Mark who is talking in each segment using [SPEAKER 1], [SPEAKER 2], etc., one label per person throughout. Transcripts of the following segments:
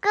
[SPEAKER 1] 哥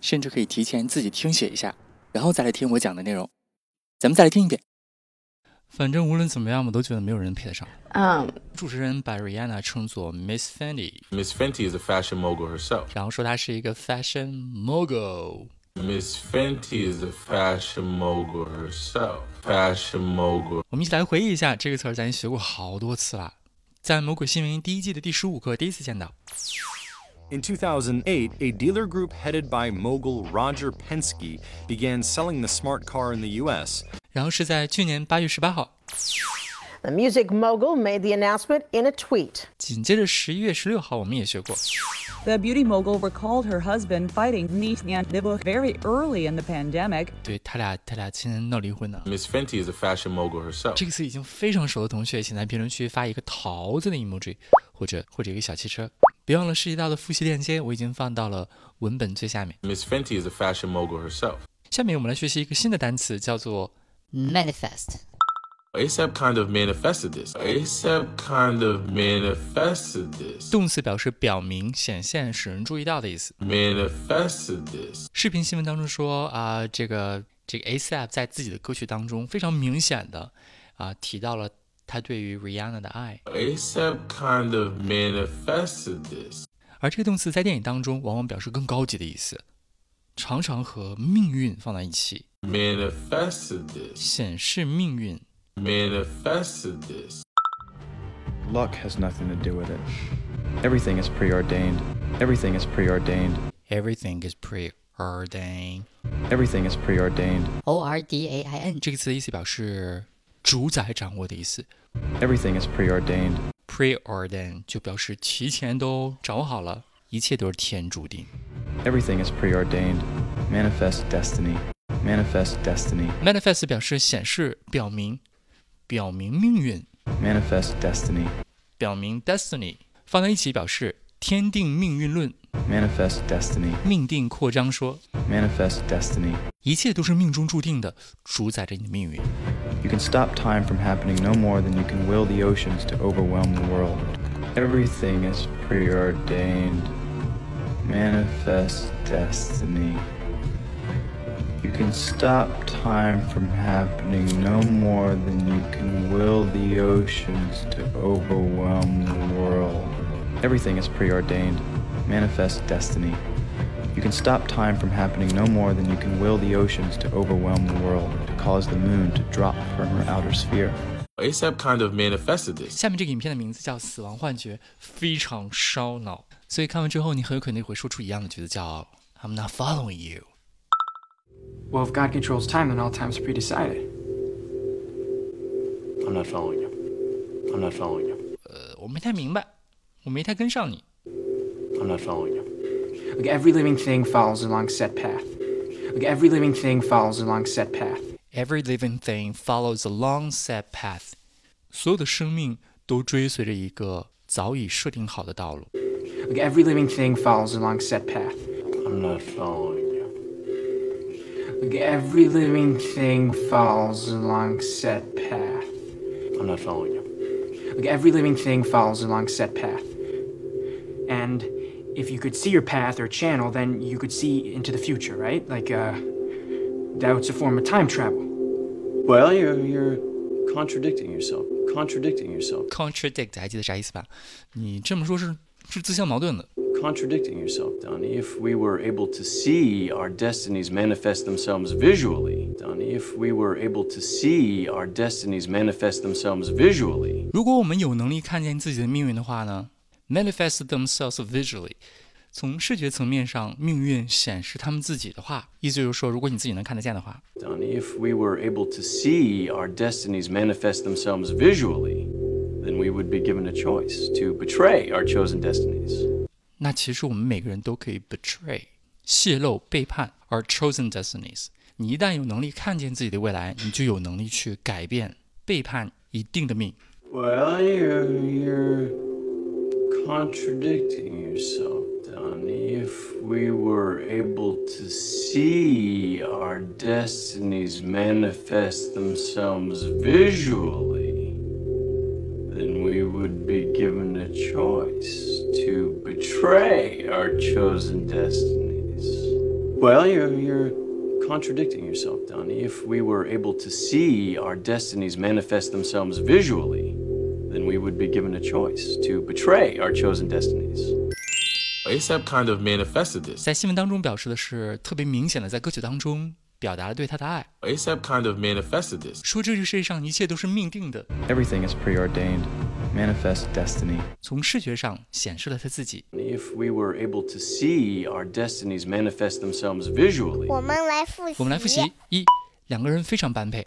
[SPEAKER 2] 甚至可以提前自己听写一下，然后再来听我讲的内容。咱们再来听一遍。反正无论怎么样，我都觉得没有人配得上。
[SPEAKER 3] Um,
[SPEAKER 2] 主持人把 Rihanna 称作 Miss Fendi，
[SPEAKER 4] Miss Fenty is a fashion mogul herself.
[SPEAKER 2] 然后说她是一个 fashion mogul。
[SPEAKER 4] Miss Fenty is a fashion mogul herself. Fashion mogul.
[SPEAKER 2] 我们一起来回忆一下这个词儿，咱学过好多次了。在《魔鬼新闻》第一季的第十五课第一次见到，
[SPEAKER 5] In 2008, a dealer group headed by mogul Roger Penske began selling the smart car in the US.
[SPEAKER 2] 然后是在去年八月十八号，
[SPEAKER 3] the music mogul made the announcement in a tweet.
[SPEAKER 2] 紧接着十一月十六号我们也学过，
[SPEAKER 6] The beauty mogul recalled her husband fighting Nissan Nibble very early in the pandemic.
[SPEAKER 2] 对他俩他俩亲人闹离婚呢。
[SPEAKER 4] Miss Fenty is a fashion mogul herself.
[SPEAKER 2] 这个词已经非常熟的同学，请在评论区发一个桃子的 emoji，或者或者一个小汽车。别忘了涉及到的复习链接，我已经放到了文本最下面。
[SPEAKER 4] Miss Fenty is a fashion mogul herself.
[SPEAKER 2] 下面我们来学习一个新的单词，叫做
[SPEAKER 7] manifest,
[SPEAKER 4] ASAP kind of manifested this. ASAP kind of manifested this.
[SPEAKER 2] 动词，表示表明、显现、使人注意到的意思。
[SPEAKER 4] Manifested this.
[SPEAKER 2] 视频新闻当中说啊、这个这个 ASAP 在自己的歌曲当中非常明显的啊、提到了他对于 Rihanna 的爱，
[SPEAKER 4] ASAP kind of manifested this.
[SPEAKER 2] 而这个动词在电影当中往往表示更高级的意思，常常和命运放在一起，
[SPEAKER 4] Manifested this.
[SPEAKER 2] 显示命运。
[SPEAKER 4] Manifested this.
[SPEAKER 8] Luck has nothing to do with it. Everything is preordained. Everything is preordained.
[SPEAKER 2] Everything is preordained。
[SPEAKER 8] Everything is preordained.
[SPEAKER 7] O R D A I N,
[SPEAKER 2] 这个词的意思表示主宰、掌握的意思。
[SPEAKER 8] Everything is preordained.
[SPEAKER 2] Preordain 就表示提前都掌握好了，一切都是天注定。
[SPEAKER 8] Everything is preordained. Manifest destiny. Manifest destiny.
[SPEAKER 2] Manifest 表示显示、表明、表明命运、
[SPEAKER 8] Manifest destiny.
[SPEAKER 2] 表明 destiny，放在一起表示天定命运论、
[SPEAKER 8] Manifest destiny.
[SPEAKER 2] 命定扩张说，
[SPEAKER 8] Manifest destiny.
[SPEAKER 2] 一切都是命中注定的，主宰着你的命运。
[SPEAKER 8] You can stop time from happening no more than you can will the oceans to overwhelm the world. Everything is preordained. Manifest destiny. You can stop time from happening no more than you can will the oceans to overwhelm the world. Everything is preordained. Manifest destiny. You can stop time from happening no more than you can will the oceans to overwhelm the world, to cause the moon to drop from her outer sphere.
[SPEAKER 4] ASAP kind of manifested this.
[SPEAKER 2] 下面这个影片的名字叫《死亡幻觉》，非常烧脑，所以看完之后，你很有可能会说出一样的句子，叫 "I'm not following you"。
[SPEAKER 9] Well, if God controls time, then all time's predecided.
[SPEAKER 8] I'm not following you. I'm not following you.
[SPEAKER 2] 呃，我没太明白，我没太跟上你。
[SPEAKER 8] I'm not following you.
[SPEAKER 9] Like every living thing follows along set path. Like every living thing follows along set path.
[SPEAKER 2] Every living thing follows a long set path。所有的生命都追随着一个早已设定好的道路。
[SPEAKER 9] Like every living thing follows along set path.
[SPEAKER 8] I'm not following you.
[SPEAKER 9] Like every living thing follows along set path.
[SPEAKER 8] I'm not following you.
[SPEAKER 9] Like every living thing follows along set path. And if you could see your path or channel, then you could see into the future, right? Like, uh, doubt's a form of time travel.
[SPEAKER 8] Well, you're, you're contradicting yourself. Contradicting yourself.
[SPEAKER 2] Contradict 还记得啥意思吧？你这么说是是自相矛盾的。
[SPEAKER 8] contradicting yourself, Donnie. If we were able to see our destinies manifest themselves visually, Donnie, if we were able to see our destinies manifest themselves visually,
[SPEAKER 2] 如果我们有能力看见自己的命运的话呢，manifest themselves visually，从视觉层面上，命运显示他们自己的话，意思就是说，如果你自己能看得见的话，
[SPEAKER 8] Donnie, if we were able to see our destinies manifest themselves visually, then we would be given a choice to betray our chosen destinies.
[SPEAKER 2] 那其实我们每个人都可以 betray 泄露、背叛，
[SPEAKER 10] are chosen destinies。你一旦有能力看见自己的未来，你就有能力去改变背叛一定的命。
[SPEAKER 8] Well, you're, you're contradicting yourself, Donnie. If we were able to see our destinies manifest themselves visually, then we would be given a choice to betray our chosen destinies. Well, you're, you're contradicting yourself, Donnie. If we were able to see our destinies manifest themselves visually, then we would be given a choice to betray our chosen destinies.
[SPEAKER 4] ASAP kind of manifested this.
[SPEAKER 10] 在新闻当中表示的是特别明显的，在歌曲当中表达了对他的爱，
[SPEAKER 4] ASAP kind of manifested this.
[SPEAKER 10] 说这个世界上一切都是命定的，
[SPEAKER 11] Everything is preordained. Manifest destiny.
[SPEAKER 10] 从视觉上显示了他自己。
[SPEAKER 8] If we were able to see our destinies manifest themselves visually,
[SPEAKER 12] 我们来复习。
[SPEAKER 10] 我们来复习：一，两个人非常般配；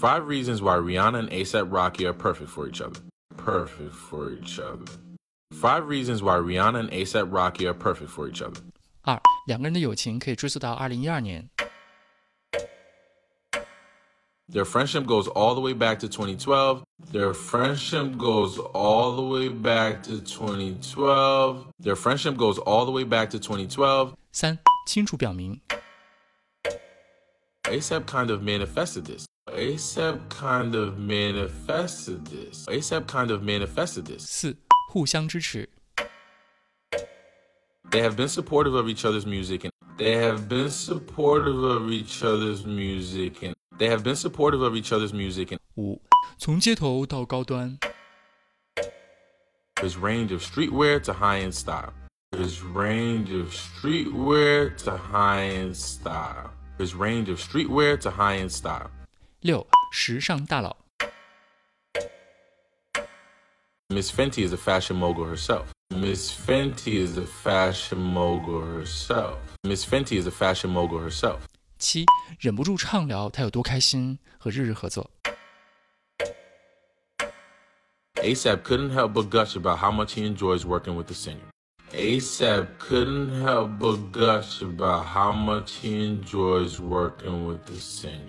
[SPEAKER 4] Five reasons why Rihanna and ASAP Rocky are perfect for each other. Perfect for each other. Five reasons why Rihanna and ASAP Rocky are perfect for each other.
[SPEAKER 10] 二，两个人的友情可以追溯到二零一二年；
[SPEAKER 4] Their friendship goes all the way back to 2012. Their friendship goes all the way back to 2012. Their friendship goes all the way back to 2012.
[SPEAKER 10] 三，清楚表明
[SPEAKER 4] ASAP kind of manifested this. ASAP kind of manifested this. ASAP kind of manifested this.
[SPEAKER 10] 四，互相支持；
[SPEAKER 4] They have been supportive of each other's music and they have been supportive of each other's music and they have been supportive of each other's music and
[SPEAKER 10] 五，从街头到高端；
[SPEAKER 4] his range of streetwear to high-end style. His range of streetwear to high-end style. His range of streetwear to high-end style.
[SPEAKER 10] 六，时尚大佬；
[SPEAKER 4] Miss Fenty is a fashion mogul herself. Miss Fenty is a fashion mogul herself. Miss Fenty is a fashion mogul herself.
[SPEAKER 10] 七，忍不住畅聊他有多开心和日日合作；
[SPEAKER 4] ASAP couldn't help but gush about how much he enjoys working with the singer. ASAP couldn't help but gush about how much he enjoys working with the singer.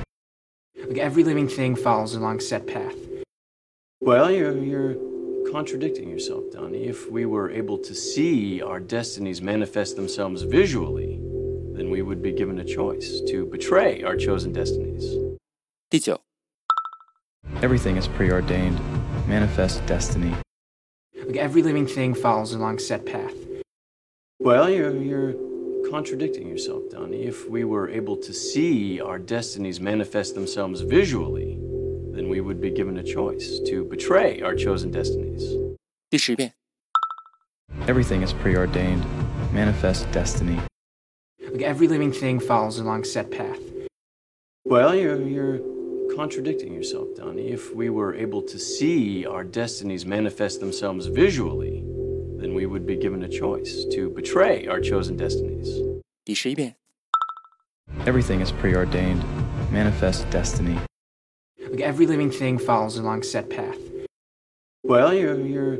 [SPEAKER 9] Like every living thing follows a long set path.
[SPEAKER 8] Well, you're, you're contradicting yourself, Donnie. If we were able to see our destinies manifest themselves visually, then we would be given a choice to betray our chosen destinies.
[SPEAKER 2] 第九，
[SPEAKER 11] Everything is preordained. Manifest destiny.
[SPEAKER 9] Like every living thing follows a long set path.
[SPEAKER 8] Well, you're, you're contradicting yourself, Donnie. If we were able to see our destinies manifest themselves visually, then we would be given a choice to betray our chosen destinies.
[SPEAKER 2] 第十遍，
[SPEAKER 11] Everything is preordained. Manifest destiny.
[SPEAKER 9] Like every living thing follows a long set path.
[SPEAKER 8] Well, you're, you're contradicting yourself, Donnie. If we were able to see our destinies manifest themselves visually, then we would be given a choice to betray our chosen destinies.
[SPEAKER 2] 第十一遍，
[SPEAKER 11] Everything is preordained. Manifest destiny.
[SPEAKER 9] Like every living thing follows a long set path.
[SPEAKER 8] Well, you're, you're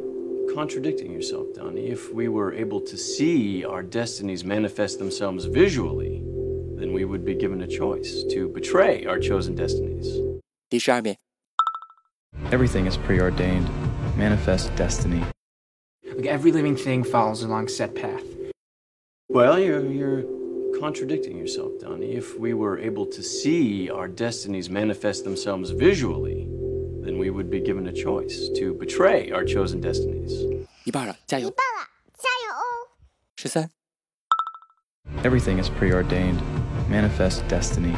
[SPEAKER 8] contradicting yourself, Donnie. If we were able to see our destinies manifest themselves visually, then we would be given a choice to betray our chosen destinies.
[SPEAKER 2] 第十二遍，
[SPEAKER 11] Everything is preordained. Manifest destiny.
[SPEAKER 9] Like every living thing follows a long set path.
[SPEAKER 8] Well, you're, you're contradicting yourself, Donnie. If we were able to see our destinies manifest themselves visually, then we would be given a choice to betray our chosen destinies.
[SPEAKER 2] 一半了，
[SPEAKER 10] 哎
[SPEAKER 2] 加
[SPEAKER 13] 一
[SPEAKER 2] 油！
[SPEAKER 13] 半了，加油哦！
[SPEAKER 2] 十三、
[SPEAKER 11] Everything is preordained. Manifest destiny.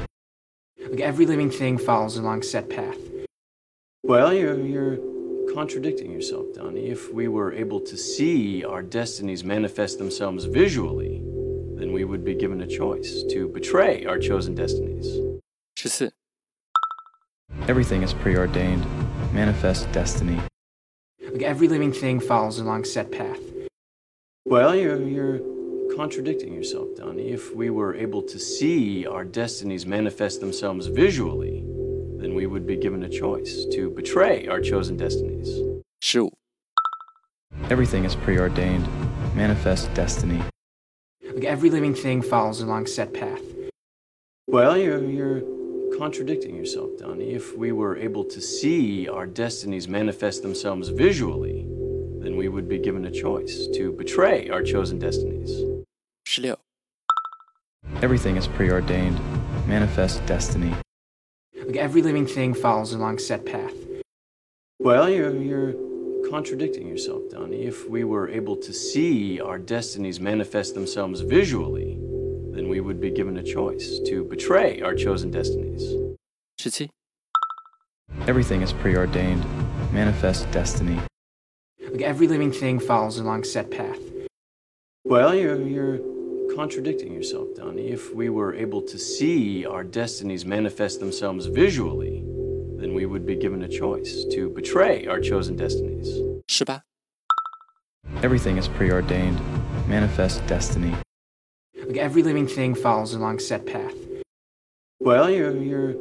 [SPEAKER 9] Like every living thing follows a long set path.
[SPEAKER 8] Well, you're, you're contradicting yourself, Donnie. If we were able to see our destinies manifest themselves visually, then we would be given a choice to betray our chosen destinies.
[SPEAKER 2] 十四、
[SPEAKER 11] Everything is preordained. Manifest destiny.
[SPEAKER 9] Like every living thing follows a long set path.
[SPEAKER 8] Well, you're, you're contradicting yourself, Donnie. If we were able to see our destinies manifest themselves visually, then we would be given a choice to betray our chosen destinies.
[SPEAKER 2] 十五、
[SPEAKER 11] Everything is preordained. Manifest destiny.
[SPEAKER 9] Like every living thing follows a long set path.
[SPEAKER 8] Well, you're, you're contradicting yourself, Donnie. If we were able to see our destinies manifest themselves visually, then we would be given a choice to betray our chosen destinies.
[SPEAKER 2] 十六、
[SPEAKER 11] Everything is preordained. Manifest destiny.
[SPEAKER 9] Like every living thing follows a long set path.
[SPEAKER 8] Well, you're, you're contradicting yourself, Donnie. If we were able to see our destinies manifest themselves visually, then we would be given a choice to betray our chosen destinies.
[SPEAKER 2] 十七、
[SPEAKER 11] Everything is preordained. Manifest destiny.
[SPEAKER 9] Like every living thing follows a long set path.
[SPEAKER 8] Well, you're, you're contradicting yourself, Donnie. If we were able to see our destinies manifest themselves visually, then we would be given a choice to betray our chosen destinies.
[SPEAKER 2] 十八、
[SPEAKER 11] Everything is preordained. Manifest destiny.
[SPEAKER 9] Like every living thing follows a long set path.
[SPEAKER 8] Well, you're, you're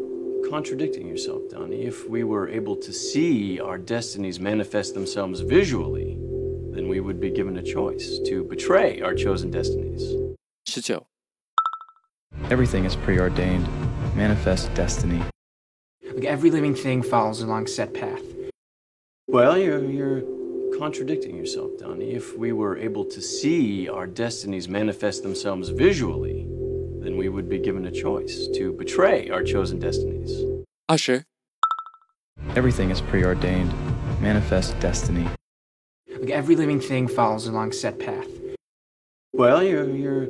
[SPEAKER 8] contradicting yourself, Donnie. If we were able to see our destinies manifest themselves visually, then we would be given a choice to betray our chosen destinies.
[SPEAKER 2] 十九、
[SPEAKER 11] Everything is preordained. manifest destiny.
[SPEAKER 9] Like every living thing follows along set path.
[SPEAKER 8] Well, you're, you're contradicting yourself, Donnie. If we were able to see our destinies manifest themselves visually, then we would be given a choice to betray our chosen destinies.
[SPEAKER 2] Usher.
[SPEAKER 11] Everything is preordained, manifest destiny.
[SPEAKER 9] Like every living thing follows along set path.
[SPEAKER 8] Well, you're, you're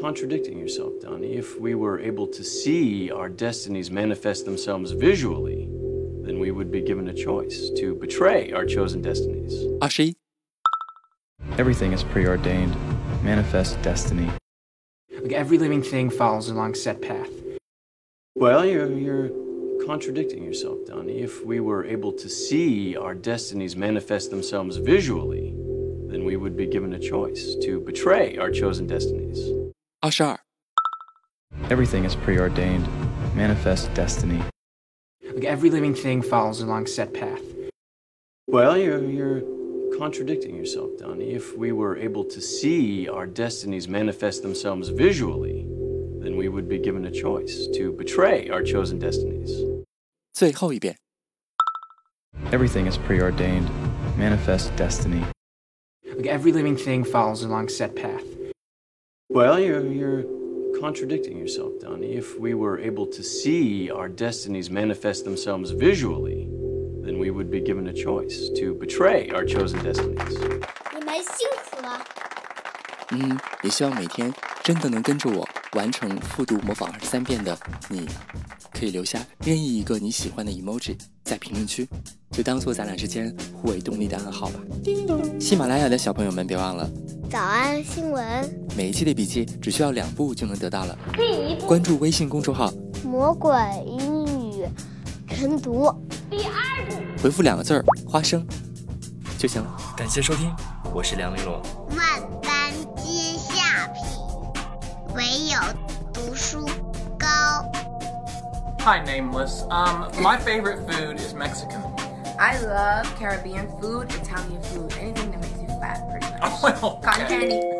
[SPEAKER 8] contradicting yourself, Donnie. If we were able to see our destinies manifest themselves visually, then we would be given a choice to betray our chosen destinies.
[SPEAKER 2] Ashi.
[SPEAKER 11] Everything is preordained, manifest destiny.
[SPEAKER 9] Like every living thing follows along set path.
[SPEAKER 8] Well, you're, you're contradicting yourself, Donnie. If we were able to see our destinies manifest themselves visually, then we would be given a choice to betray our chosen destinies.
[SPEAKER 2] Ashar.
[SPEAKER 11] Everything is preordained, manifest destiny.
[SPEAKER 9] Like every living thing follows along set path.
[SPEAKER 8] Well, you're, you're contradicting yourself, Donnie. If we were able to see our destinies manifest themselves visually, then we would be given a choice to betray our chosen destinies.
[SPEAKER 2] 最后一遍。
[SPEAKER 11] Everything is preordained, manifest destiny.
[SPEAKER 9] Like every living thing follows along set path.
[SPEAKER 8] Well, you're, you're contradicting yourself, Donnie. If we were able to see our destinies manifest themselves visually, then we would be given a choice to betray our chosen destinies.
[SPEAKER 13] 你们辛苦了。
[SPEAKER 2] 嗯，也希望每天真的能跟着我完成复读模仿二十三遍的你，可以留下任意一个你喜欢的 emoji 在评论区，就当做咱俩之间互为动力的暗号吧。喜马拉雅的小朋友们，别忘了
[SPEAKER 12] 早安新闻，
[SPEAKER 2] 每一期的笔记只需要两步就能得到了。
[SPEAKER 1] 第一步，
[SPEAKER 2] 关注微信公众号，
[SPEAKER 12] 魔鬼英语晨读。
[SPEAKER 1] 第二步，
[SPEAKER 2] 回复两个字儿“花生”就行了。
[SPEAKER 14] 感谢收听，我是梁丽罗。
[SPEAKER 13] 万般皆下品，唯有读书高。
[SPEAKER 15] Hi, Nameless. Um, my favorite food is Mexican.
[SPEAKER 3] I love Caribbean food, Italian food, anything that makes you fat, pretty much.
[SPEAKER 15] Well,
[SPEAKER 3] Cotton candy.